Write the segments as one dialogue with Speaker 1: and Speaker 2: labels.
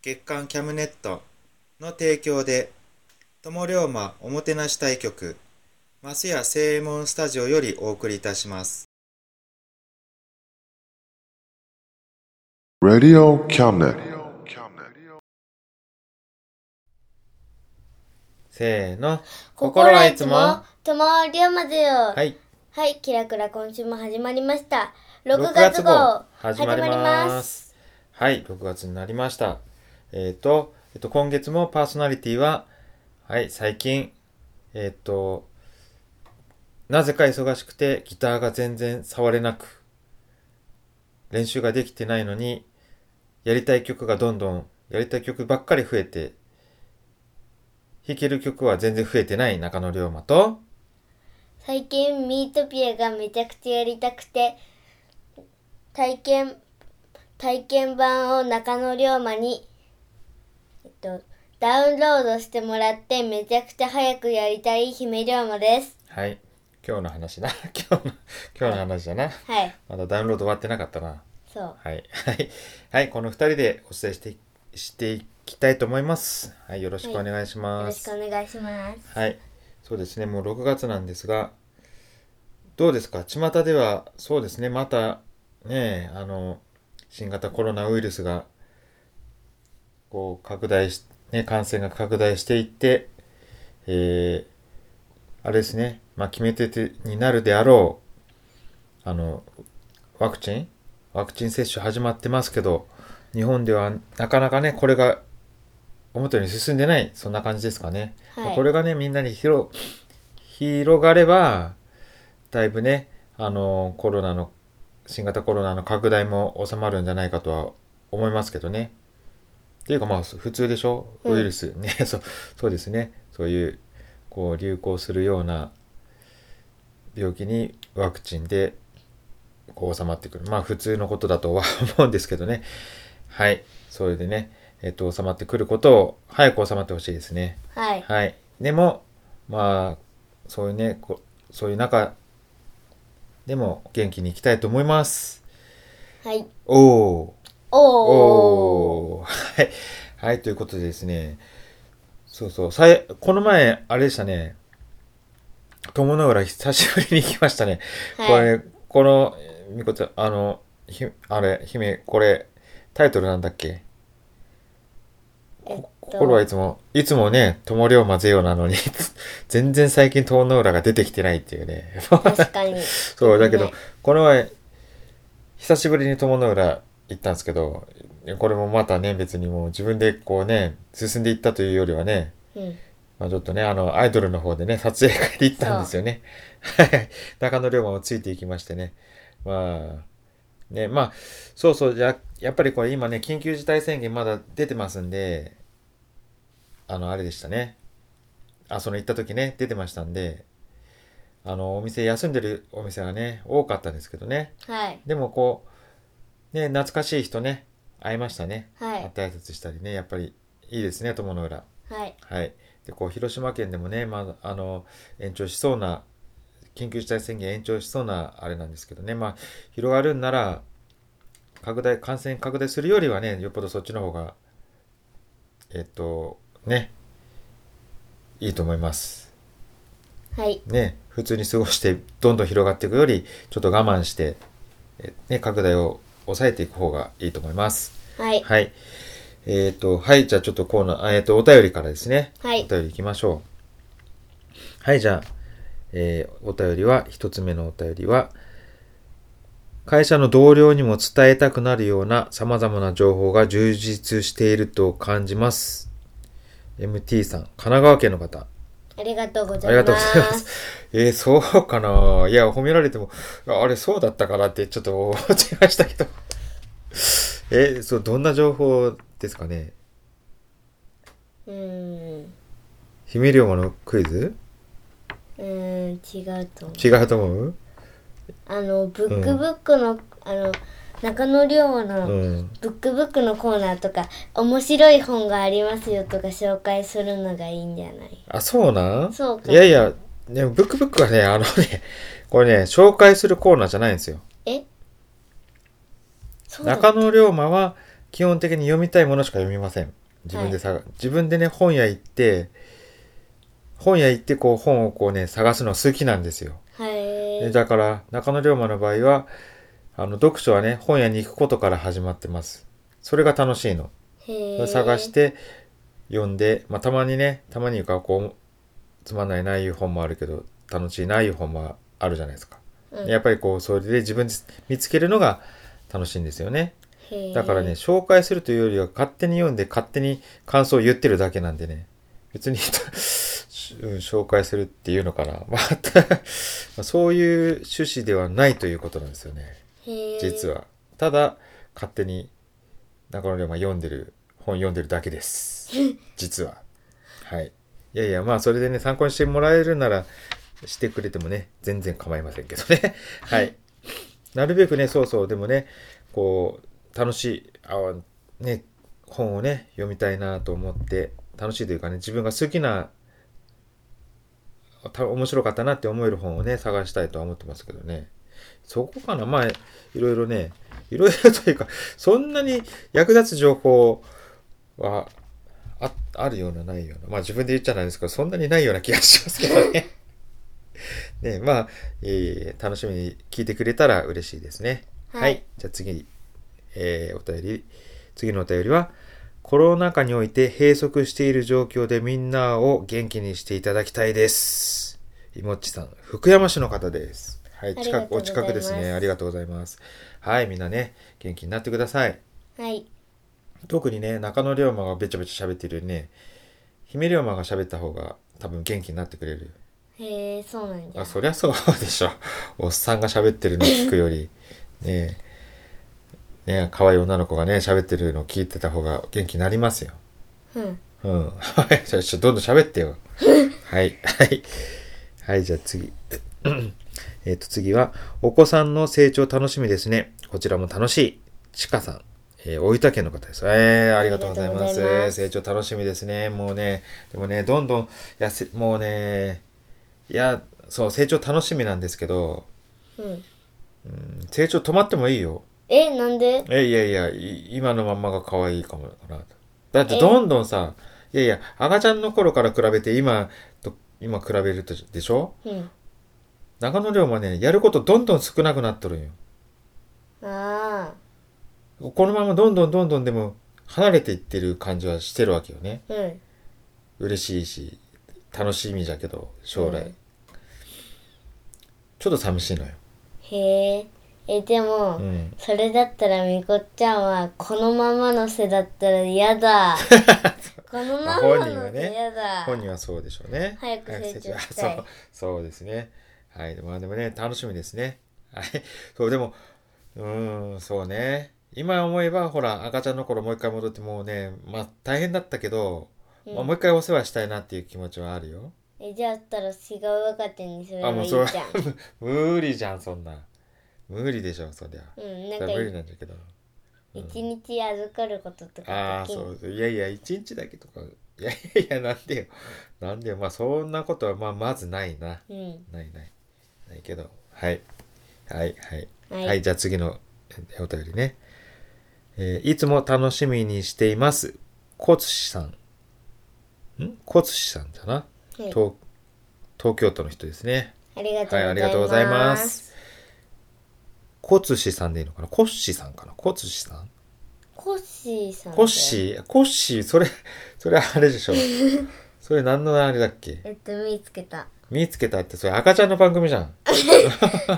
Speaker 1: 月刊キャムネットの提供で、友龍馬おもてなし対局、マスヤ正右衛門スタジオよりお送りいたします。
Speaker 2: Radio Cabinet.
Speaker 1: せーの。
Speaker 3: 心はいつも、ともりゅうまだよ。は、
Speaker 1: はいい。
Speaker 3: キラクラ今週も始まりました。6
Speaker 1: 6
Speaker 3: 月
Speaker 1: 月
Speaker 3: 号
Speaker 1: 号、始まります。。はい、6月になりました。えっ、と、えっ、と、今月もパーソナリティは、はい、最近、えっ、と、なぜか忙しくてギターが全然触れなく、練習ができてないのに、やりたい曲がどんどん、やりたい曲ばっかり増えて、弾ける曲は全然増えてない中野龍馬と、
Speaker 3: 最近、ミートピアがめちゃくちゃやりたくて、体験、体験版を中野龍馬に、えっと、ダウンロードしてもらって、めちゃくちゃ早くやりたい姫龍馬です。
Speaker 1: はい、今日の話だ。 今日の、今日の話だな。
Speaker 3: はい、
Speaker 1: まだダウンロード終わってなかったな。
Speaker 3: そう。
Speaker 1: はい。はい。はい。この二人でお伝えしてい、していきたいと思います。はい。よろしくお願いし
Speaker 3: よろ
Speaker 1: ま
Speaker 3: しく
Speaker 1: す。
Speaker 3: お願いします。
Speaker 1: はい。そうですね。もう6月なんですが、どうですか巷では、そうですね。また、ねえ、あの、新型コロナウイルスが、こう、拡大し、ね、感染が拡大していって、えー、あれですね。まあ、決め手てになるであろう、あの、ワクチンワクチン接種始まってますけど、日本ではなかなかね、これが表に進んでない、そんな感じですかね。
Speaker 3: はい
Speaker 1: まあこれがね、みんなに広、広がれば、だいぶね、あの、コロナの、新型コロナの拡大も収まるんじゃないかとは思いますけどね。っていうかまあ、普通でしょ
Speaker 3: うん
Speaker 1: ウイルス、ね、 そう、そうですね。そういう、こう、流行するような病気にワクチンでこう収まってくる。まあ普通のことだとは思うんですけどね。はい。それでね、えっと、収まってくることを早く収まってほしいですね。
Speaker 3: はい、
Speaker 1: はい。でも、まあ、そういうね、こそういう中でも元気に行きたいと思います。
Speaker 3: はい。
Speaker 1: おー。
Speaker 3: おー。
Speaker 1: おー。はい。はい、ということでですね。そうそう。さいこの前、あれでしたね。友の浦久しぶりに行きましたね。こ
Speaker 3: はい、
Speaker 1: れ、この、えーみこちゃん、あの、ひ、あれ、姫、これ、タイトルなんだっけ
Speaker 3: えっ
Speaker 1: 心はいつも、いつもね、友龍馬ゼよなのに、 全然最近友の浦が出てきてないっていうね。
Speaker 3: 確かに。
Speaker 1: そう、だけ
Speaker 3: は
Speaker 1: ど
Speaker 3: い、
Speaker 1: この前、久しぶりに友の浦行ったんですけど、これもまたね、別にもう自分でこうね、進んでいったというよりはね、
Speaker 3: うん。
Speaker 1: まあ、ちょっとね、あの、アイドルの方でね、撮影会に行ったんですよね。はい。中野龍馬もついていきましてね。まあ、ね、まあ、そうそう、ややっぱりこれ今ね、緊急事態宣言まだ出てますんで、あの、あれでしたね。あ、その行った時ね、出てましたんで、あの、お店、休んでるお店がね、多かったんですけどね。
Speaker 3: はい。
Speaker 1: でもこう、ね、懐かしい人ね、会いましたね。
Speaker 3: は
Speaker 1: 会っ
Speaker 3: い。
Speaker 1: て挨拶したりね、やっぱりいいですね、友の浦。
Speaker 3: は
Speaker 1: はい、でこう広島県でもね、まあ、あの延長しそうな緊急事態宣言延長しそうなあれなんですけどね、まあ、広がるんなら拡大感染拡大するよりはねよっぽどそっちの方がえっとねいいと思います。
Speaker 3: はい
Speaker 1: ね、普通に過ごしてどんどん広がっていくよりちょっと我慢して、えね、拡大を抑えていく方がいいと思います。
Speaker 3: はい
Speaker 1: はい。えっ、と、はい、じゃあちょっとコーナー、あえっ、と、お便りからですね。
Speaker 3: はい
Speaker 1: お便り行きましょう。はい、じゃあ、えーお便りは、一つ目のお便りは、会社の同僚にも伝えたくなるような様々な情報が充実していると感じます。MT さん、神奈川県の方。
Speaker 3: ありがとうご
Speaker 1: あ
Speaker 3: ざ
Speaker 1: り
Speaker 3: い
Speaker 1: がとう
Speaker 3: ま
Speaker 1: ございますす。えーそうかないや、褒められても、ああれ、そうだったかなって、ちょっと思っちゃいましたけど。えーそう、どんな情報ですかね
Speaker 3: うーん
Speaker 1: ひめりょうまのクイズ
Speaker 3: うーん違うと思う
Speaker 1: 違うと思う
Speaker 3: あのブックブックの、あの中野龍馬の、
Speaker 1: うん。
Speaker 3: ブックブックのコーナーとか面白い本がありますよとか紹介するのがいいんじゃない
Speaker 1: あ、そうなん
Speaker 3: そうか
Speaker 1: いやいや、ね、ブックブックはね、あのね、 これね、紹介するコーナーじゃないんですよ。
Speaker 3: えそうだ
Speaker 1: 中野龍馬は基本的に読みたいものしか読みません。自分で探、自分でね、本屋行って、本屋行ってこう本をこうね、探すの好きなんですよ。
Speaker 3: はい
Speaker 1: でだから、中野龍馬の場合は、あの、読書はね、本屋に行くことから始まってます。それが楽しいの。
Speaker 3: へー
Speaker 1: 探して読んで、まあ、たまにねたまにいうかこうつまんないないう本もあるけど楽しいないう本もあるじゃないですか、
Speaker 3: うん
Speaker 1: やっぱりこうそれで自分で見つけるのが楽しいんですよね
Speaker 3: へー
Speaker 1: だからね紹介するというよりは勝手に読んで勝手に感想を言ってるだけなんでね別に うん紹介するっていうのかな、まあ まあ、そういう趣旨ではないということなんですよね、
Speaker 3: へー
Speaker 1: 実は。ただ、勝手に中野龍馬読んでる、本読んでるだけです。実は。はい。いやいや、まあ、それでね、参考にしてもらえるなら、してくれてもね、全然構いませんけどね。はい。なるべくね、そうそう、でもね、こう、楽しい、あね、本をね、読みたいなと思って、楽しいというかね、自分が好きな、た面白かったなって思える本をね、探したいとは思ってますけどね。そこかな、まあ、いろいろね、いろい ろというか、そんなに役立つ情報はああるような、ないような、まあ自分で言っちゃないですけど、そんなにないような気がしますけど ね。ねまあ、えー楽しみに聞いてくれたら嬉しいですね。
Speaker 3: はい
Speaker 1: じゃあ次、えーお便り、次のお便りは、コロナ禍において閉塞している状況でみんなを元気にしていただきたいです。いもっちさん、福山市の方です。はい、近く、
Speaker 3: あ
Speaker 1: お
Speaker 3: りがとうござ
Speaker 1: 近く
Speaker 3: います
Speaker 1: ですね。ありがとうございます。はい、みんなね、元気になってください。
Speaker 3: はい
Speaker 1: 特にね、中野龍馬がべちゃべちゃ喋ってるよりね、姫龍馬が喋った方が多分元気になってくれるよ。
Speaker 3: へえそうなんじゃ
Speaker 1: あ、そりゃそうでしょ。 おっさんが喋ってるの聞くより、ねえ、ねえ、可愛い女の子がね、喋ってるの聞いてた方が元気になりますよ。
Speaker 3: うん
Speaker 1: うん。はい。じゃあ、ちょっとどんどん喋ってよ。はい。はい。はい、じゃあ次。えっと、次は、お子さんの成長楽しみですね。こちらも楽しい。ちかさん。えー大分県の方です。えー、ありがとうございま
Speaker 3: ありが
Speaker 1: す。
Speaker 3: とうございます
Speaker 1: 成長楽しみですね。もうね、でもね、どんどん、やせ、もうね、いや、そう、成長楽しみなんですけど、
Speaker 3: うん
Speaker 1: うん成長止まってもいいよ。
Speaker 3: えなんで
Speaker 1: えいやいやい今のまんまが可愛いかもかなとだってどんどんさいやいや赤ちゃんの頃から比べて今と今比べるとでしょ
Speaker 3: うん
Speaker 1: 中野龍馬ねやることどんどん少なくなっとるんよ
Speaker 3: あ
Speaker 1: このままどんどんどんどんでも離れていってる感じはしてるわけよね
Speaker 3: あうん
Speaker 1: 嬉しいし楽しみじゃけど将来、
Speaker 3: うん
Speaker 1: ちょっと寂しいのよ
Speaker 3: へええでも、
Speaker 1: うん
Speaker 3: それだったらみこちゃんはこのままの背だったら嫌 だこのままの背嫌だ、
Speaker 1: 本人はそうでしょうね。
Speaker 3: 早く成長したい
Speaker 1: 早く成長そう、そうですね。はい。まあでもね、楽しみですね。はい。そう、でも、うーん、そうね。今思えば、ほら、赤ちゃんの頃もう一回戻って、もうね、まあ大変だったけど、まあ、もう一回お世話したいなっていう気持ちはあるよ。
Speaker 3: えじゃあったら違う若手にすれば
Speaker 1: あ、
Speaker 3: い
Speaker 1: もう
Speaker 3: いじ
Speaker 1: そ
Speaker 3: ゃ
Speaker 1: れ
Speaker 3: ん
Speaker 1: 無理じゃん、そんな。無理でしょ、そりゃ。
Speaker 3: うんな
Speaker 1: それ
Speaker 3: んか
Speaker 1: は無理なんだけど。
Speaker 3: 一日預かることとか
Speaker 1: ああ、
Speaker 3: できん
Speaker 1: そう。いやいや、一日だけとか、いいやいやいやなんでよなんでよまあそんなことはまあまずないな
Speaker 3: うん。
Speaker 1: ないないないけどはいはいはい
Speaker 3: はい
Speaker 1: じゃあ次のえお便りね、えーいつも楽しみにしていますコツシさんんコツシさんだな、
Speaker 3: はい
Speaker 1: 東東京都の人ですね
Speaker 3: ありがとうご
Speaker 1: は
Speaker 3: ざいます。
Speaker 1: いありがとうございます。コツシさんでいいのかなコッシーさんかなコツシさん
Speaker 3: コッシーさんだよ。
Speaker 1: コッシーコッシーそれそれあれでしょ それ何のあれだっけ
Speaker 3: えっと、見つけた。
Speaker 1: 見つけたってそれ赤ちゃんの番組じゃん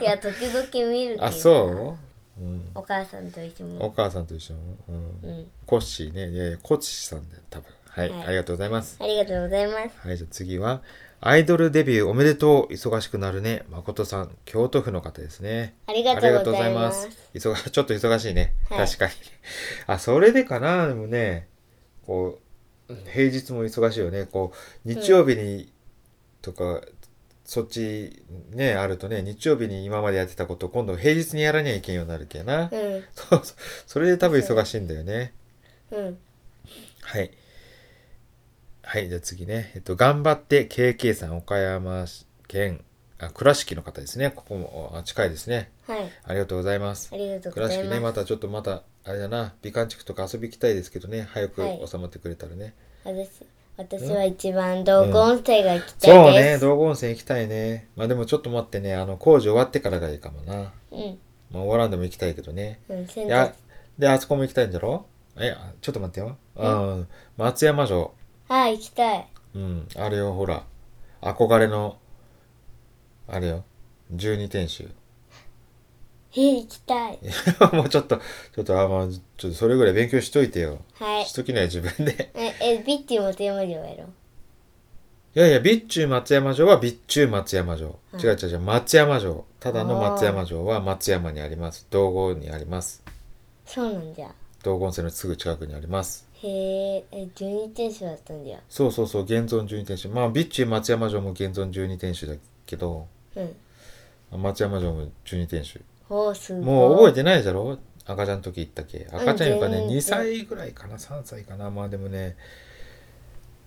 Speaker 3: いや、時々見るけど。
Speaker 1: あそう、うん、
Speaker 3: お母さんと一緒に
Speaker 1: お。母さんと一緒、うん
Speaker 3: うん。
Speaker 1: コッシーねいやいやコツシさんで多分はい、
Speaker 3: はい
Speaker 1: ありがとうございます
Speaker 3: ありがとうございます。
Speaker 1: はいじゃあ次はアイドルデビューおめでとう忙しくなるね誠さん京都府の方ですね
Speaker 3: ありがとうございます
Speaker 1: ありがとうござい。ます。忙ちょっと忙しいね。
Speaker 3: はい
Speaker 1: 確かに。あ、それでかな、でもね、こう、平日も忙しいよね。こう、日曜日に、とか、そっちね、あるとね、日曜日に今までやってたこと、今度平日にやらにゃいけんようになるけな。
Speaker 3: うん。
Speaker 1: そうそう。それで多分忙しいんだよね。
Speaker 3: うん。
Speaker 1: はい。はい、じゃあ次ね。えっと、頑張って KK さん、岡山県、あ、倉敷の方ですね。ここも、あ近いですね。
Speaker 3: はい。
Speaker 1: ありがとうございます。
Speaker 3: ありがとうご
Speaker 1: 倉
Speaker 3: ざい
Speaker 1: 敷
Speaker 3: ます。
Speaker 1: ねまたちょっとまたあれだな美観地区とか遊び行きたいですけどね早く
Speaker 3: はい
Speaker 1: 収まってくれたらね、
Speaker 3: 私、私は一番道後温泉が行きた
Speaker 1: そう
Speaker 3: いで
Speaker 1: ね
Speaker 3: す。
Speaker 1: 道後温泉行きたいねまあでもちょっと待ってねあの工事終わってからがいいかもな、
Speaker 3: うん。
Speaker 1: まあ、終わらんでも行きたいけどね
Speaker 3: うん。仙
Speaker 1: い
Speaker 3: 台
Speaker 1: や。であそこも行きたいんじゃろえあちょっと待ってよ、うん、松山城
Speaker 3: あ、行きたい。
Speaker 1: うんあれよほら憧れのあれよ十二天守
Speaker 3: え、行きたい。
Speaker 1: もうちょっとちょっとあまあちょっとそれぐらい勉強しといてよ、
Speaker 3: はい
Speaker 1: し。ときなよ自分で
Speaker 3: え、え、ビッチもテーマ料やろう。
Speaker 1: いやいや、備中松山城は備中松山城。
Speaker 3: はい
Speaker 1: 違う違う違う、松山城。ただの松山城は松山にあります。道後にあります。
Speaker 3: そうなんじゃ。
Speaker 1: 道後温泉のすぐ近くにあります。
Speaker 3: へえ、え、十二天守だったんじゃ。
Speaker 1: そうそうそう、現存十二天守。まあ、備中松山城も現存十二天守だけど、
Speaker 3: うん。
Speaker 1: 松山城も十二天守。
Speaker 3: おー、すごい。
Speaker 1: もう覚えてないだろ赤ちゃんの時行ったっけ赤ちゃんよりかね、
Speaker 3: 全然
Speaker 1: 2歳ぐらいかな、3歳かな。まあでもね、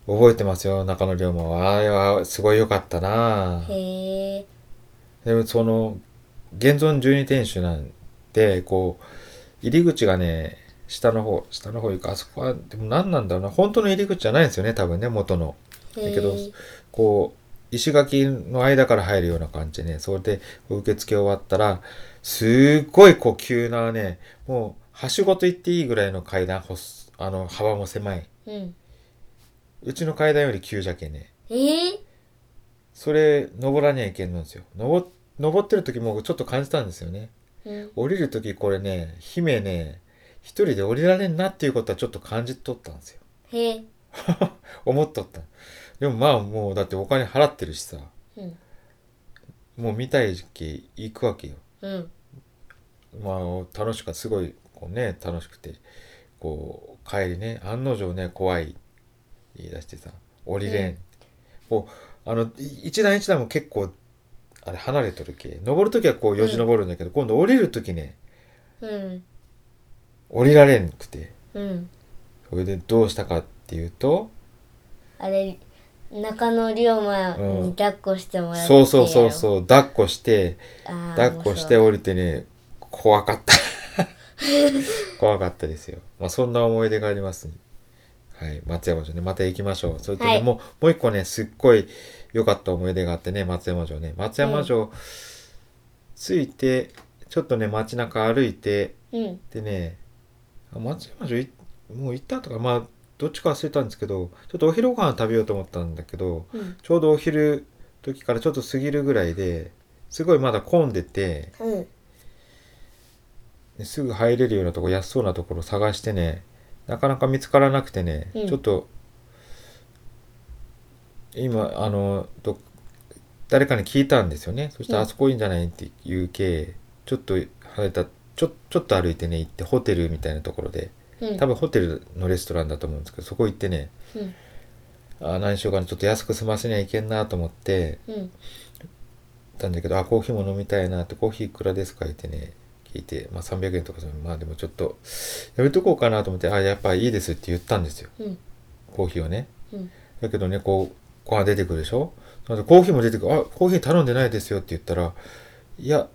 Speaker 1: 覚えてますよ、中野龍馬は。あれはすごい良かったな
Speaker 3: へえ、
Speaker 1: でもその現存十二天守なんでこう入り口がね下の方下の方行くあそこはでも何なんだろうな本当の入り口じゃないんですよね多分ね元の
Speaker 3: へ
Speaker 1: だけど
Speaker 3: え、
Speaker 1: こう石垣の間から入るような感じでねそれで受付終わったらすっごいこう急なねもうはしごと言っていいぐらいの階段ほすあの幅も狭い
Speaker 3: うん。
Speaker 1: うちの階段より急じゃけね
Speaker 3: ええ、
Speaker 1: それ登らにゃいけんのですよ登登ってる時もちょっと感じたんですよね
Speaker 3: うん。
Speaker 1: 降りる時これね姫ね一人で降りられんなっていうことはちょっと感じとったんですよ
Speaker 3: へえ、
Speaker 1: 思っとったでもまあもうだってお金払ってるしさ
Speaker 3: うん。
Speaker 1: もう見たい時期行くわけよ
Speaker 3: うん。
Speaker 1: まあ楽しかすごいこうね楽しくてこう帰りね案の定ね怖い言い出してさ降りれん、
Speaker 3: うん
Speaker 1: こうあのい一段一段も結構あれ離れとるけ登る時はこうよじ登るんだけど、今度降りる時ね
Speaker 3: うん。
Speaker 1: 降りられんくて
Speaker 3: うん。
Speaker 1: それでどうしたかっていうと
Speaker 3: あれ、中野龍馬に抱っこしてもらってやろ、
Speaker 1: そうそうそうそう抱っこして
Speaker 3: あー。
Speaker 1: 抱っこして
Speaker 3: 面
Speaker 1: 降りてね怖かった 怖かったですよまあそんな思い出がありますはい松山城ねまた行きましょうそれとね、
Speaker 3: はい
Speaker 1: もうもう一個ねすっごい良かった思い出があってね松山城ね松山城着いてちょっとね街中歩いて
Speaker 3: 白いうん。
Speaker 1: でねあ松山城いもう行ったとかまあどっちか忘れたんですけどちょっとお昼ご飯食べようと思ったんだけど
Speaker 3: うん。
Speaker 1: ちょうどお昼時からちょっと過ぎるぐらいですごいまだ混んでて
Speaker 3: うん。
Speaker 1: すぐ入れるようなとこ安そうなところ探してねなかなか見つからなくてね、
Speaker 3: うん
Speaker 1: ちょっと今あのど誰かに聞いたんですよねそしたら
Speaker 3: う
Speaker 1: あ
Speaker 3: ん
Speaker 1: そこいいんじゃないっていう系、ちょっと離れたちょちょっと歩いてね行ってホテルみたいなところで
Speaker 3: うん。
Speaker 1: 多分ホテルのレストランだと思うんですけどそこ行ってね
Speaker 3: うん。
Speaker 1: あ何しようかなちょっと安く済ませにはいけんなと思って
Speaker 3: うん。
Speaker 1: 行ったんだけど、あ、コーヒーも飲みたいなって、コーヒーいくらですか言ってね、聞いて、まあ300円とかするまあでもちょっと、やめとこうかなと思って、あ、やっぱいいですって言ったんですよ。
Speaker 3: うん。
Speaker 1: コーヒーをね。
Speaker 3: うん
Speaker 1: だけどね、こう、ご飯出てくるでしょその後コーヒーも出てくる。あ、コーヒー頼んでないですよって言ったら、いや、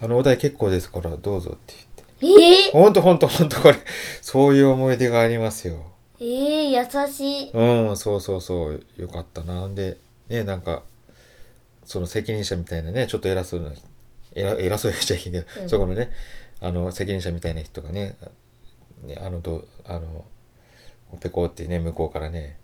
Speaker 1: あの、お代結構ですから、どうぞって言って。
Speaker 3: えー、
Speaker 1: ほんとほんとほんとこれ、そういう思い出がありますよ。
Speaker 3: えー、優しい。
Speaker 1: うん、そうそうそう、よかったな。で、ね、なんか、その責任者みたいなね、ちょっと偉そうな、偉偉そうじゃいけないけど、
Speaker 3: うん
Speaker 1: そこのね、あの、責任者みたいな人がね、ねあの、どうあの、ペコってね、向こうからね、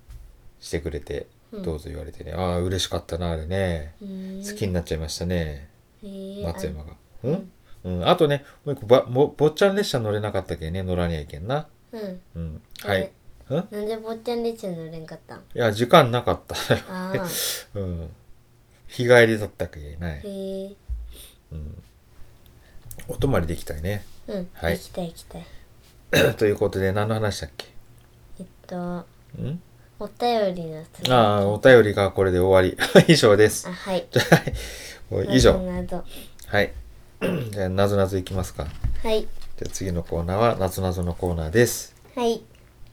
Speaker 1: してくれて、
Speaker 3: うん
Speaker 1: どうぞ言われてね、ああ、嬉しかったな、あれね。好
Speaker 3: 好
Speaker 1: きになっちゃいましたね、
Speaker 3: えー、
Speaker 1: 松山が。うん、うん、あとね、もう一個ば、も坊ちゃん列車乗れなかったけんね、乗らにゃいけんな。
Speaker 3: あうん。
Speaker 1: うん、はい。うん
Speaker 3: なんで坊ちゃん列車乗れんかったん
Speaker 1: いや、時間なかった。
Speaker 3: ああ。
Speaker 1: うん。日帰りだったけどね
Speaker 3: へ。え。
Speaker 1: うん。お泊まりできたいね。
Speaker 3: うん。
Speaker 1: はい
Speaker 3: 行きたい行きたい。
Speaker 1: ということで、何の話だっけ
Speaker 3: えっと、
Speaker 1: ん
Speaker 3: お便りの続き
Speaker 1: ああ、お便りがこれで終わり。以 上です
Speaker 3: あ、。はい。
Speaker 1: じゃあはいもう以上。
Speaker 3: などなど
Speaker 1: はい。 じゃあ、なぞなぞいきますか。
Speaker 3: はい。
Speaker 1: じゃあ次のコーナーは、なぞなぞのコーナーです。
Speaker 3: はい。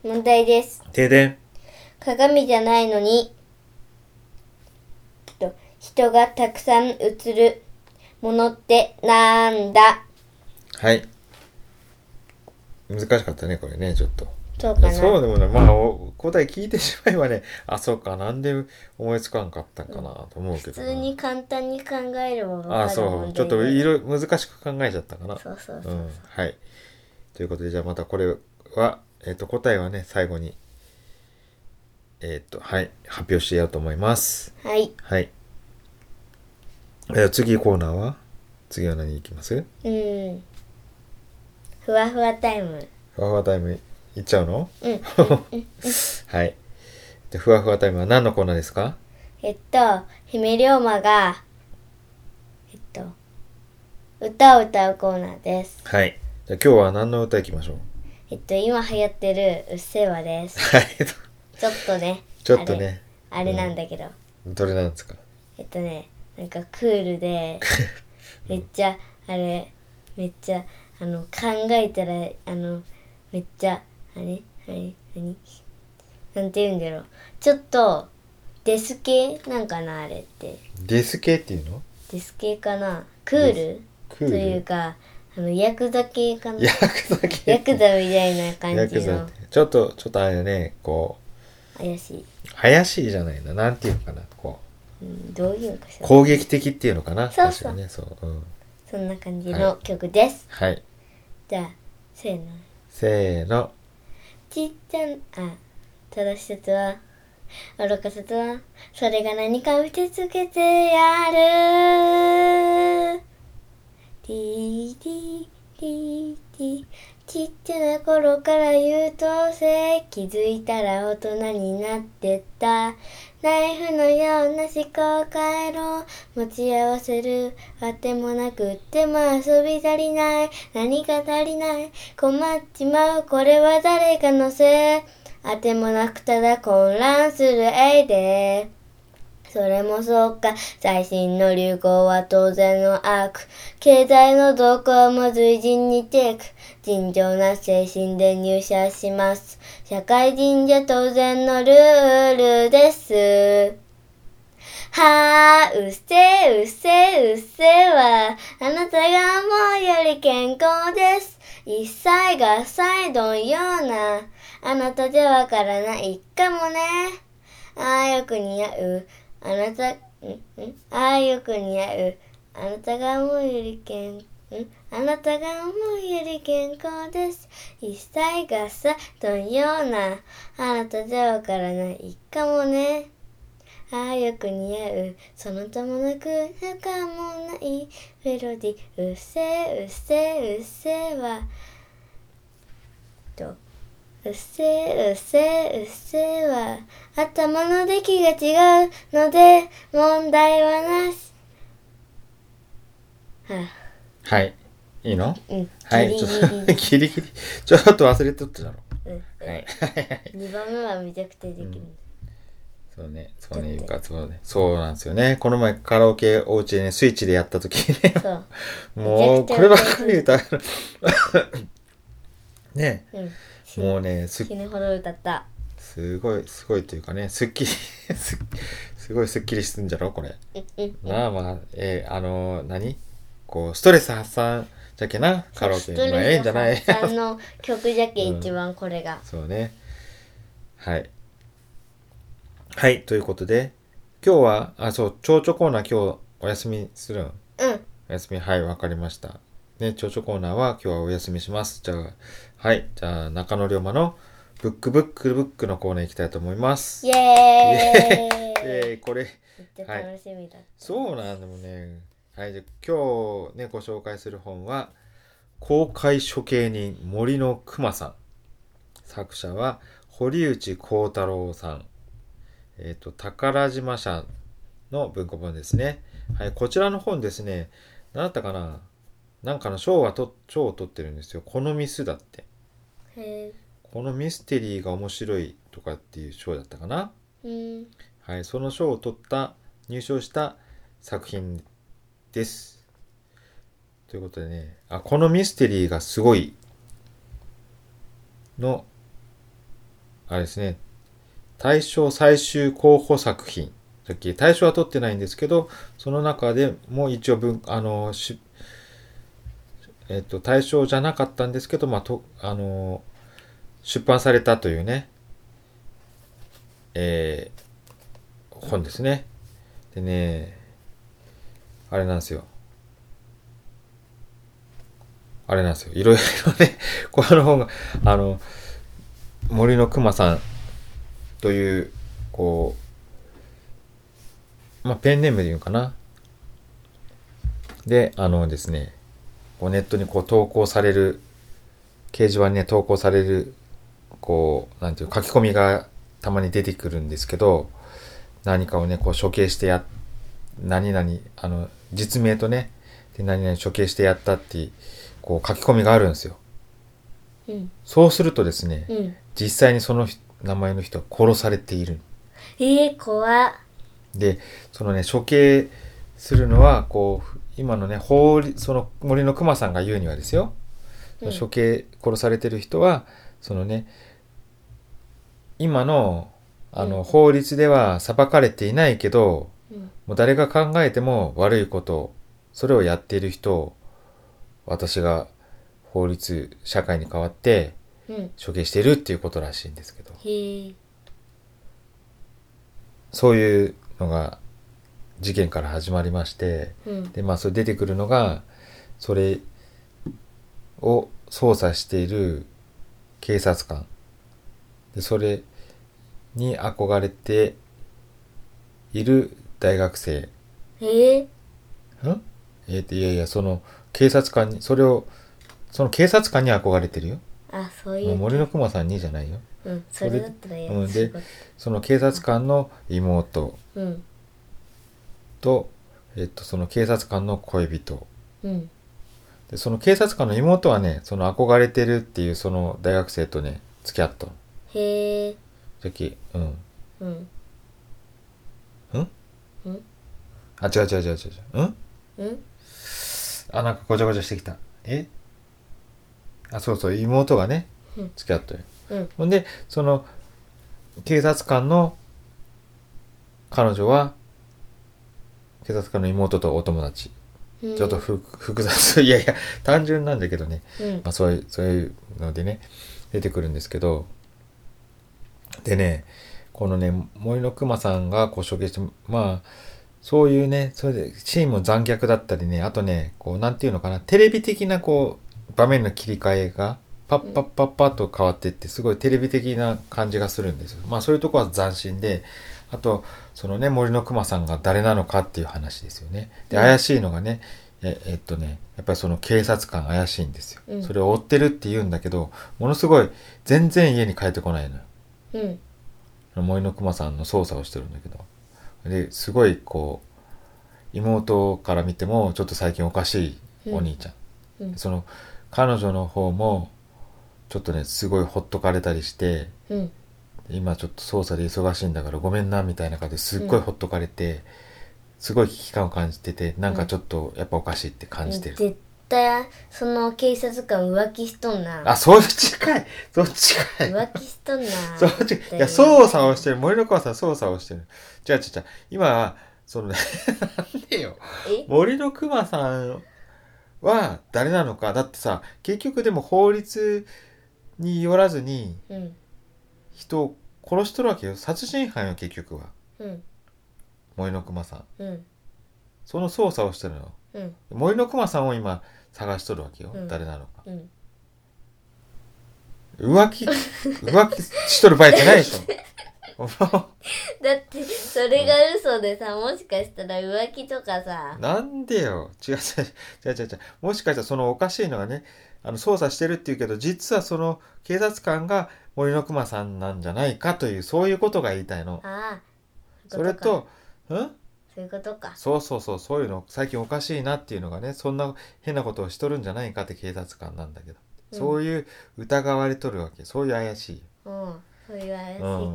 Speaker 3: 問題です。
Speaker 1: 停電。
Speaker 3: 鏡じゃないのに、えっと人がたくさん映るものってなんだ
Speaker 1: はい。難しかったね、これね、ちょっと。
Speaker 3: そうかな
Speaker 1: そうでもない。まあ、お答え聞いてしまえばね、 あ、そうか、なんで思いつかんかったんかなと思うけ
Speaker 3: 普
Speaker 1: どな。
Speaker 3: 通に簡単に考えればわかる
Speaker 1: ああ、そ
Speaker 3: 問
Speaker 1: う。
Speaker 3: 題
Speaker 1: ちょっと
Speaker 3: だよ
Speaker 1: いろいろ難しく考えちゃったかな。
Speaker 3: そうそう
Speaker 1: う
Speaker 3: そう、
Speaker 1: ん。はい。ということで、じゃあまたこれは、えっ、と、答えはね、最後に、えっ、と、はい、発表してやろうと思います。
Speaker 3: はい。
Speaker 1: はい。えー次コーナーは次は何いきます
Speaker 3: うん。ふわふわタイム。
Speaker 1: ふわふわタイムいっちゃうの
Speaker 3: うん。
Speaker 1: はい。で、ふわふわタイムは何のコーナーですか
Speaker 3: えっと、姫龍馬が、えっと、歌を歌うコーナーです。
Speaker 1: はい。じゃあ今日は何の歌いきましょう
Speaker 3: えっと、今流行ってるうっせぇわです。
Speaker 1: はい。
Speaker 3: ちょっとね。
Speaker 1: ちょっとね、
Speaker 3: あれ。あれなんだけど。
Speaker 1: どれなんですか
Speaker 3: えっとね、なんかクー ルで、めっちゃ、あれ、めっちゃ、あの、考えたら、あの、めっちゃ、あれあれ何なんて言うんだろう。ちょっと、デス系なんかなあれって。
Speaker 1: デス系って いうの
Speaker 3: デス系かなクール
Speaker 1: クール
Speaker 3: というかあのヤクザ系かな
Speaker 1: ヤ
Speaker 3: ヤ
Speaker 1: クザ系
Speaker 3: クザみたいな感
Speaker 1: ヤ
Speaker 3: じ
Speaker 1: クザ
Speaker 3: の
Speaker 1: ってちょっとちょっとあれねこ
Speaker 3: 怪しい、
Speaker 1: う怪しいじゃないななんていうのかなこ
Speaker 3: うん、どういうのかし
Speaker 1: う
Speaker 3: ら
Speaker 1: 攻撃的っていうのかな
Speaker 3: そうそ
Speaker 1: 確
Speaker 3: う
Speaker 1: かにねそう、うん、
Speaker 3: そんな感じ
Speaker 1: は
Speaker 3: の曲です、
Speaker 1: はい
Speaker 3: じゃあせーの
Speaker 1: せーの
Speaker 3: ちっちゃなあ正しさとは愚かさとはそれが何か見せつけてやるティーティーティーティーちっちゃな頃から優等生気づいたら大人になってったナイフのような思考回路持ち合わせるあてもなくっても遊び足りない何か足りない困っちまうこれは誰かのせいあてもなくただ混乱するエイデーそれもそうか。最新の流行は当然の悪。経済の動向も随時にチェック。尋常な精神で入社します。社会人じゃ当然のルールです。はあ、うっせえ、うっせえ、うっせえは、あなたが思うより健康です。一切合切どんような、あなたじゃわからないかもね。ああ、よく似合う、あなた、んんああ、よく似合う、あなたが思うより健んあなたが思うより健康です。一切合切どんような、あなたじゃわからないかもね。ああよく似合うそのともなく仲もないメロディうっせえうっせえうっせえはとうっせえうっせえうっせえは頭の出来が違うので問題はなしはあ
Speaker 1: はいいいの
Speaker 3: うん
Speaker 1: はいちょっと ギリギリちょっと忘れとっただろはい
Speaker 3: 2番目はめちゃくちゃできる、
Speaker 1: そうねそうねいうかそうねそうなんですよねこの前カラオケおうちでねスイッチでやった時にね
Speaker 3: そう
Speaker 1: もうこればっかり歌うね
Speaker 3: う ん
Speaker 1: もうねすっ
Speaker 3: 死ぬほど歌った
Speaker 1: すごいすごいというかねすっきり すっすごいすっきりすんじゃろこれ
Speaker 3: うんうん
Speaker 1: まあまあえーあのー何こうストレス発散じゃけなカラオケ
Speaker 3: ス
Speaker 1: ま
Speaker 3: ト
Speaker 1: あええんじゃな
Speaker 3: レ
Speaker 1: い
Speaker 3: ス発散の曲じゃけ一番これが、
Speaker 1: そうね。はい。はい、ということで、今日は、あ、そう、蝶々コーナー今日お休みするん
Speaker 3: うん
Speaker 1: お休み、はい、わかりました。ね、蝶々コーナーは今日はお休みします。じゃあ、はい、じゃあ、中野龍馬のブックブックブックのコーナー行きたいと思います。
Speaker 3: イエーイ
Speaker 1: えー、これ、
Speaker 3: めっちゃ楽しみだ、
Speaker 1: そうなんでもね。はい、じゃあ今日ね、ご紹介する本は、公開処刑人森の熊さん。作者は、堀内幸太郎さん。えっ、と、宝島社の文庫本ですね。はい、こちらの本ですね、何だったかななんかの賞はと、賞を取ってるんですよ。このミスだって。
Speaker 3: へ
Speaker 1: このミステリーが面白いとかっていう賞だったかな
Speaker 3: えうん
Speaker 1: はい、その賞を取った入賞した作品です。ということでね、あこのミステリーがすごいの、あれですね、大賞最終候補作品。さっき大賞は取ってないんですけど、その中でも一応文、あの、しえっと、大賞じゃなかったんですけど、まあ、と、あの、出版されたというね、えー、本ですね。でね、あれなんですよ。あれなんですよ。いろいろね、 この本が、あの、森の熊さんという、こう、まあ、ペンネームで言うかな。で、あのですね、こうネットにこう投稿される、掲示板にね、投稿される、こう、なんていう、書き込みがたまに出てくるんですけど、何かをねこう処刑してや何々あの実名とねで何々処刑してやったってこう書き込みがあるんですよ
Speaker 3: うん
Speaker 1: そうするとですね、
Speaker 3: うん
Speaker 1: 実際にその人名前の人は殺されている
Speaker 3: えー、怖っ
Speaker 1: でそのね処刑するのはこう今のね法律その森の熊さんが言うにはですよ、
Speaker 3: うん
Speaker 1: 処刑殺されてる人はそのね今のあの、
Speaker 3: うん
Speaker 1: 法律では裁かれていないけど
Speaker 3: うん
Speaker 1: もう誰が考えても悪いこと、それをやっている人を、私が法律、社会に代わって
Speaker 3: うん
Speaker 1: 処刑しているっていうことらしいんですけど、
Speaker 3: へえ
Speaker 1: そういうのが事件から始まりまして、
Speaker 3: うん
Speaker 1: で、まあ、それ出てくるのが、それを捜査している警察官。で、それに憧れている大学生。
Speaker 3: へえ
Speaker 1: んえーと、いやいや、その、警察官に、それを、その警察官に憧れてるよ。
Speaker 3: あそうい
Speaker 1: もう
Speaker 3: う
Speaker 1: 森の熊さんにじゃないよ。
Speaker 3: うんそれだったらや
Speaker 1: うん
Speaker 3: 仕
Speaker 1: で
Speaker 3: 事
Speaker 1: その警察官の妹
Speaker 3: うん
Speaker 1: と、えっと、その警察官の恋人。
Speaker 3: うん
Speaker 1: で、その警察官の妹はね、その憧れてるっていうその大学生とね、付き合ったの。
Speaker 3: へえ
Speaker 1: じゃき、うん。
Speaker 3: うん
Speaker 1: あ、違う違う違う違う違う。うん
Speaker 3: うん
Speaker 1: あ、なんかごちゃごちゃしてきた。えあ、そうそう、妹がね
Speaker 3: うん、
Speaker 1: 付き合ったよ。
Speaker 3: うん
Speaker 1: ほんで、その、警察官の、彼女は、警察官の妹とお友達。
Speaker 3: うん
Speaker 1: ちょっとふ、複雑。いやいや、単純なんだけどね。
Speaker 3: うん
Speaker 1: まあそういう、そういうのでね、出てくるんですけど。でね、このね、森の熊さんがこう処刑して、まあ、そういうね、それで、チーム残虐だったりね、あとね、こう、なんていうのかな、テレビ的なこう、場面の切り替えが、パッパッパッパッと変わってって、すごいテレビ的な感じがするんですよ。まあそういうとこは斬新で、あと、そのね、森の熊さんが誰なのかっていう話ですよね。で、
Speaker 3: うん
Speaker 1: 怪しいのがね、ええっとね、やっぱりその警察官怪しいんですよ。
Speaker 3: うん
Speaker 1: それを追ってるって言うんだけど、ものすごい、全然家に帰ってこないのよ。
Speaker 3: うん
Speaker 1: 森の熊さんの捜査をしてるんだけどですごいこう妹から見てもちょっと最近おかしいお兄ちゃん、
Speaker 3: うん
Speaker 1: その彼女の方もちょっとねすごいほっとかれたりして
Speaker 3: うん
Speaker 1: 今ちょっと捜査で忙しいんだからごめんなみたいな感じですっごいほっとかれて、すごい危機感を感じててなんかちょっとやっぱおかしいって感じてる、
Speaker 3: 絶対その警察官浮気しとんな
Speaker 1: あ、そっちかい。そっちかい。
Speaker 3: 浮気しとんな
Speaker 1: そっち、いや、捜査をしてる。森の川さん捜査をしてる。違う違う違う。今、その、なんでよ。
Speaker 3: え
Speaker 1: 森の熊さんは誰なのか。だってさ、結局でも法律によらずに
Speaker 3: うん
Speaker 1: 人を殺しとるわけよ。殺人犯よ、結局は。
Speaker 3: うん
Speaker 1: 森の熊さん。
Speaker 3: うん
Speaker 1: その捜査をしてるの。
Speaker 3: うん
Speaker 1: 森の熊さんを今探しとるわけよ、
Speaker 3: うん
Speaker 1: 誰なのか
Speaker 3: うん
Speaker 1: 浮気浮気しとる場合じゃないでし ょ
Speaker 3: だってそれが嘘でさもしかしたら浮気とかさ
Speaker 1: なんでよ違う違う違う違う違うもしかしたらそのおかしいのがねあの捜査してるっていうけど実はその警察官が森の熊さんなんじゃないかというそういうことが言いたいの
Speaker 3: ああ
Speaker 1: それとうん
Speaker 3: そういうことか
Speaker 1: そうそうそうそういうの最近おかしいなっていうのがねそんな変なことをしとるんじゃないかって警察官なんだけど、
Speaker 3: うん
Speaker 1: そういう疑われとるわけそういう怪しい
Speaker 3: うんそういう怪しいか、
Speaker 1: うん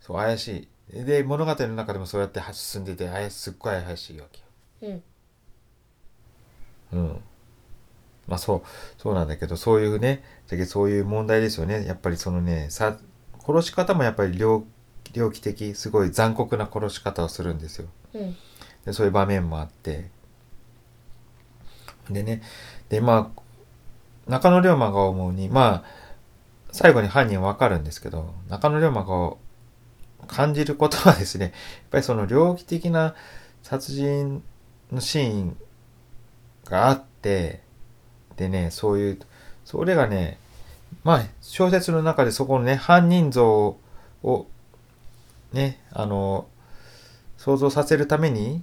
Speaker 1: そう怪しいで物語の中でもそうやっては進んでて怪しすっごい怪しいわけよ
Speaker 3: うん
Speaker 1: うんまあそうそうなんだけどそういうねだけどそういう問題ですよねやっぱりそのねさ殺し方もやっぱり猟猟奇的すごい残酷な殺し方をするんですよ
Speaker 3: うん
Speaker 1: でそういう場面もあってでねでまあ中野龍馬が思うにまあ最後に犯人わかるんですけど中野龍馬が感じることはですねやっぱりその猟奇的な殺人のシーンがあってでねそういうそれがねまあ小説の中でそこのね犯人像をねあの想像させるために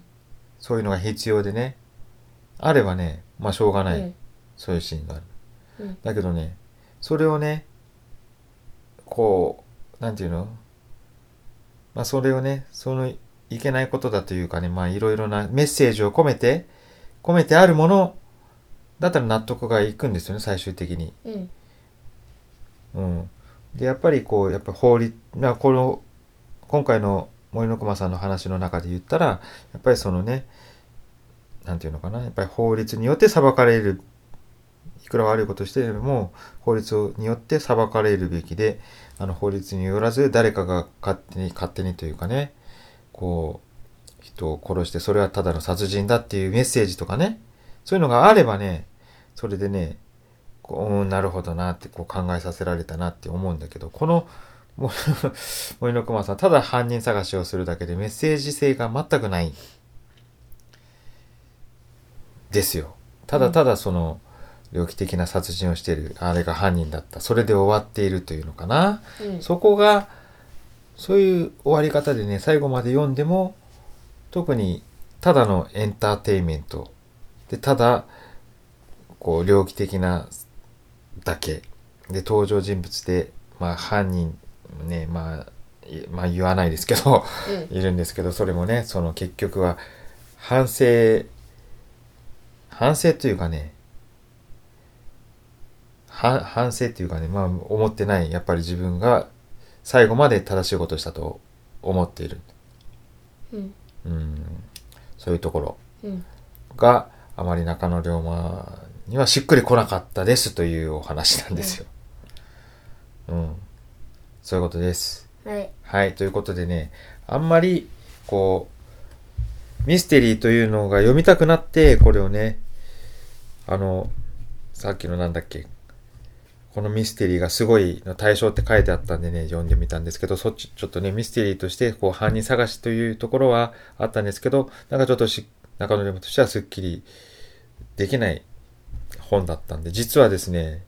Speaker 1: そういうのが必要でねあればねまあしょうがない、
Speaker 3: うん
Speaker 1: そういうシーンがある、
Speaker 3: うん
Speaker 1: だけどねそれをねこうなんていうのまあそれをねそのいけないことだというかねまあいろいろなメッセージを込めて込めてあるものだったら納得がいくんですよね最終的に。
Speaker 3: うん
Speaker 1: うん、でやっぱりこうやっぱ法律なこの今回の森の熊さんの話の中で言ったらやっぱりそのねなんていうのかなやっぱり法律によって裁かれるいくら悪いことをしても法律によって裁かれるべきであの法律によらず誰かが勝手に勝手にというかねこう人を殺してそれはただの殺人だっていうメッセージとかねそういうのがあればねそれでねこううんなるほどなってこう考えさせられたなって思うんだけどこのもう 森の熊さんただ犯人探しをするだけでメッセージ性が全くないですよただただその猟奇的な殺人をしているあれが犯人だったそれで終わっているというのかな
Speaker 3: うん
Speaker 1: そこがそういう終わり方でね最後まで読んでも特にただのエンターテインメントでただこう猟奇的なだけで登場人物で、まあ、犯人ね、まあ、いまあ言わないですけど
Speaker 3: うん
Speaker 1: いるんですけどそれもねその結局は反省反省というかねは反省というかねまあ思ってないやっぱり自分が最後まで正しいことをしたと思っている
Speaker 3: うん
Speaker 1: うんそういうところ
Speaker 3: うん
Speaker 1: があまり中野龍馬にはしっくりこなかったですというお話なんですよ。うん、そういうことです。
Speaker 3: はい
Speaker 1: はい、ということでね、あんまりこうミステリーというのが読みたくなってこれをね、あのさっきのなんだっけ。このミステリーがすごいの対象って書いてあったんでね、読んでみたんですけど、そっちちょっとね、ミステリーとして、こう、犯人探しというところはあったんですけど、なんかちょっとし、中野龍馬としてはすっきりできない本だったんで、実はですね、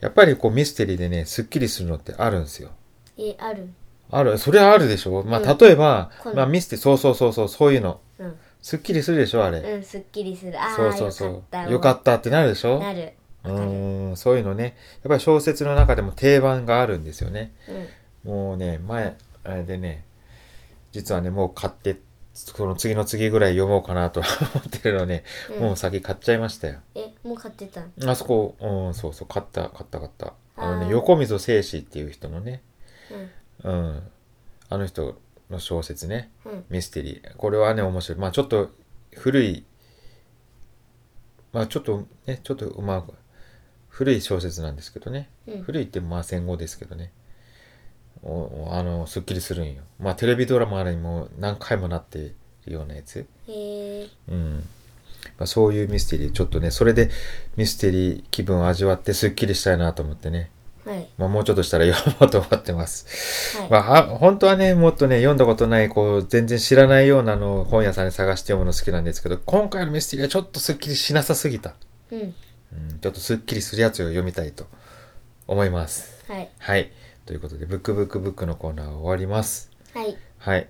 Speaker 1: やっぱりこう、ミステリーでね、すっきりするのってあるんですよ。
Speaker 3: えある
Speaker 1: ある、それはあるでしょま
Speaker 3: う
Speaker 1: あ、
Speaker 3: ん
Speaker 1: 例えば、
Speaker 3: この
Speaker 1: まあ、ミステリー、そうそうそうそう、そういうの。
Speaker 3: うん
Speaker 1: すっきりするでしょあれ。
Speaker 3: うんすっきりするああ
Speaker 1: そうそうそう。よ
Speaker 3: よ
Speaker 1: か
Speaker 3: か
Speaker 1: っ
Speaker 3: ったた
Speaker 1: ってなるでしょ
Speaker 3: なる
Speaker 1: う
Speaker 3: わかる
Speaker 1: ーん、そういうのね。やっぱり小説の中でも定番があるんですよね。
Speaker 3: うん
Speaker 1: もうね、前、あれでね、実はね、もう買って、この次の次ぐらい読もうかなと 思ってるのね、
Speaker 3: うん
Speaker 1: もう先買っちゃいましたよ。
Speaker 3: えもう買ってたの
Speaker 1: あそこ、うん、そうそう、買った、買った、買った。あの
Speaker 3: あ
Speaker 1: ね、
Speaker 3: ー
Speaker 1: 横溝正史っていう人のね、
Speaker 3: うん
Speaker 1: うん、あの人の小説ね、
Speaker 3: うん
Speaker 1: ミステリー。これはね、面白い。まあちょっと古いまあちょっとねちょっとまあ古い小説なんですけどね、
Speaker 3: うん
Speaker 1: 古いってまあ戦後ですけどねおおあのすっきりするんよまあテレビドラマにも何回もなっているようなやつ
Speaker 3: へえ
Speaker 1: うん、まあ、そういうミステリーちょっとねそれでミステリー気分を味わってすっきりしたいなと思ってね
Speaker 3: はい
Speaker 1: まあもうちょっとしたら読もうと思ってます。
Speaker 3: はい
Speaker 1: まあ、あ本当はね、もっとね、読んだことない、こう、全然知らないようなのを本屋さんで探して読むの好きなんですけど、今回のミステリーはちょっとスッキリしなさすぎた。
Speaker 3: うん
Speaker 1: うん、ちょっとスッキリするやつを読みたいと思います。
Speaker 3: はい
Speaker 1: はい。ということで、ブックブックブックのコーナーは終わります。
Speaker 3: はい
Speaker 1: はい。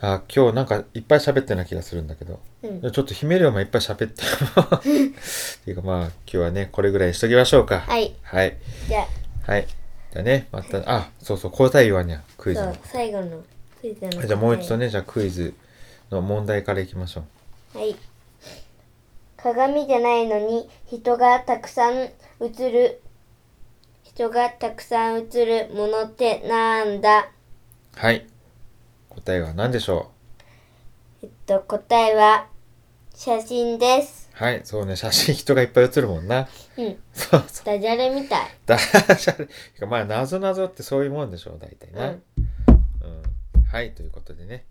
Speaker 1: あ、今日なんかいっぱい喋ったような気がするんだけど、
Speaker 3: うん
Speaker 1: ちょっと姫龍もいっぱい喋って。 っていうかまあ、今日はね、これぐらいにしときましょうか。
Speaker 3: はい
Speaker 1: はい。
Speaker 3: じゃあ
Speaker 1: はい。じゃあね、また、あ、そうそう、交代言わにゃ、クイズ
Speaker 3: そ
Speaker 1: の
Speaker 3: う。最後のクイズの
Speaker 1: じゃあもう一度ね、じゃあクイズの問題からいきましょう。
Speaker 3: はい。鏡じゃないのに人がたくさん映る人がたくさん映るものってなんだ
Speaker 1: はい。答えは何でしょ
Speaker 3: えっと答えは写真です。
Speaker 1: うはい、そうね、写真人がいっぱい写るもんな。
Speaker 3: うん。
Speaker 1: そうそう。
Speaker 3: ダジャレみたい。
Speaker 1: だじゃあまあ、なぞなぞってそういうもんでしょう、大体な。
Speaker 3: う
Speaker 1: うんん。はい、ということでね。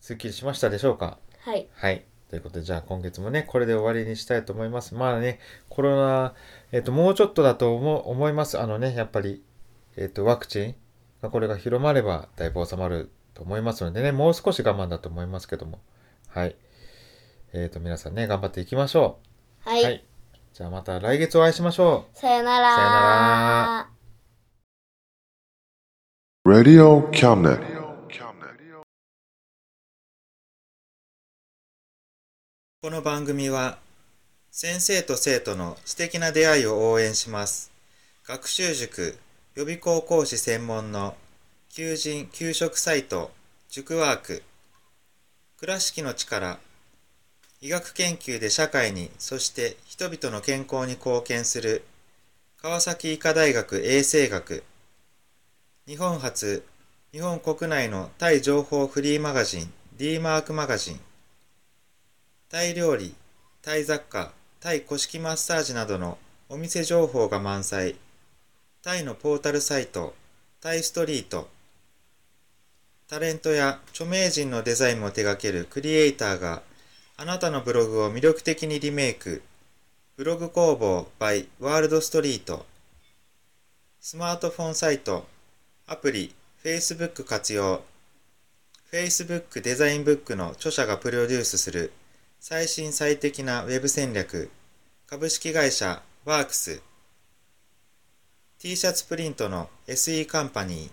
Speaker 1: すっきりしましたでしょうか
Speaker 3: はい。
Speaker 1: はい。ということで、じゃあ今月もね、これで終わりにしたいと思います。まあね、コロナ、えっ、と、もうちょっとだと思う思います。あのね、やっぱり、えっ、と、ワクチンがこれが広まれば、だいぶ収まると思いますのでね、もう少し我慢だと思いますけども。はい。えっ、と、皆さんね、頑張っていきましょ
Speaker 3: は
Speaker 1: う。
Speaker 3: い。
Speaker 1: じゃあまた来月お会いしましょう。
Speaker 3: さよなら。
Speaker 1: さよなら
Speaker 2: Radio Cabinet. Radio
Speaker 1: この番組は先生と生徒の素敵な出会いを応援します学習塾予備校講師専門の求人・給食サイト塾ワーク倉敷の力医学研究で社会にそして人々の健康に貢献する川崎医科大学衛生学日本初日本国内のタイ情報フリーマガジン D マークマガジンタイ料理、タイ雑貨、タイ古式マッサージなどのお店情報が満載。タイのポータルサイト、タイストリート。タレントや著名人のデザインも手掛けるクリエイターがあなたのブログを魅力的にリメイク。ブログ工房 by ワールドストリート。スマートフォンサイト、アプリ、Facebook 活用。Facebook デザインブックの著者がプロデュースする最新最適なウェブ戦略株式会社ワークス t シャツプリントの SE カンパニー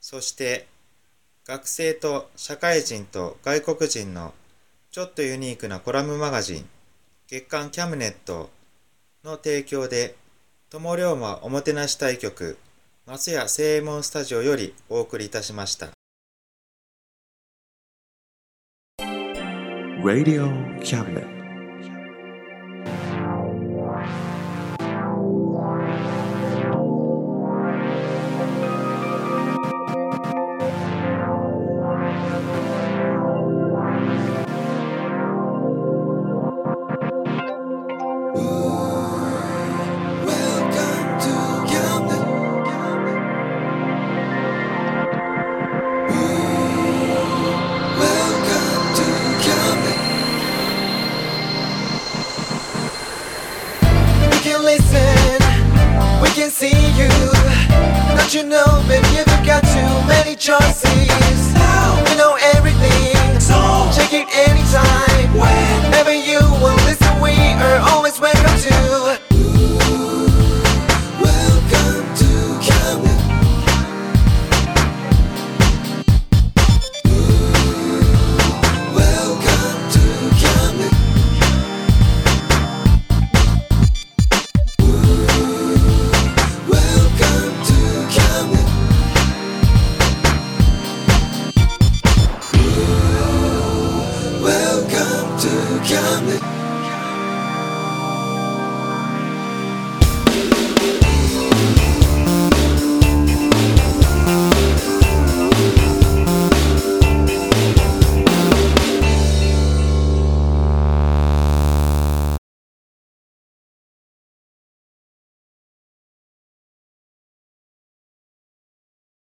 Speaker 1: そして学生と社会人と外国人のちょっとユニークなコラムマガジン月刊キャムネットの提供で友龍馬おもてなし対局松屋正右衛門スタジオよりお送りいたしました。
Speaker 2: Radio Cabinet.
Speaker 4: Welcome to Camden. Welcome to Camden. We can listen, we can see you. Don't you know, baby, you've got too many choices.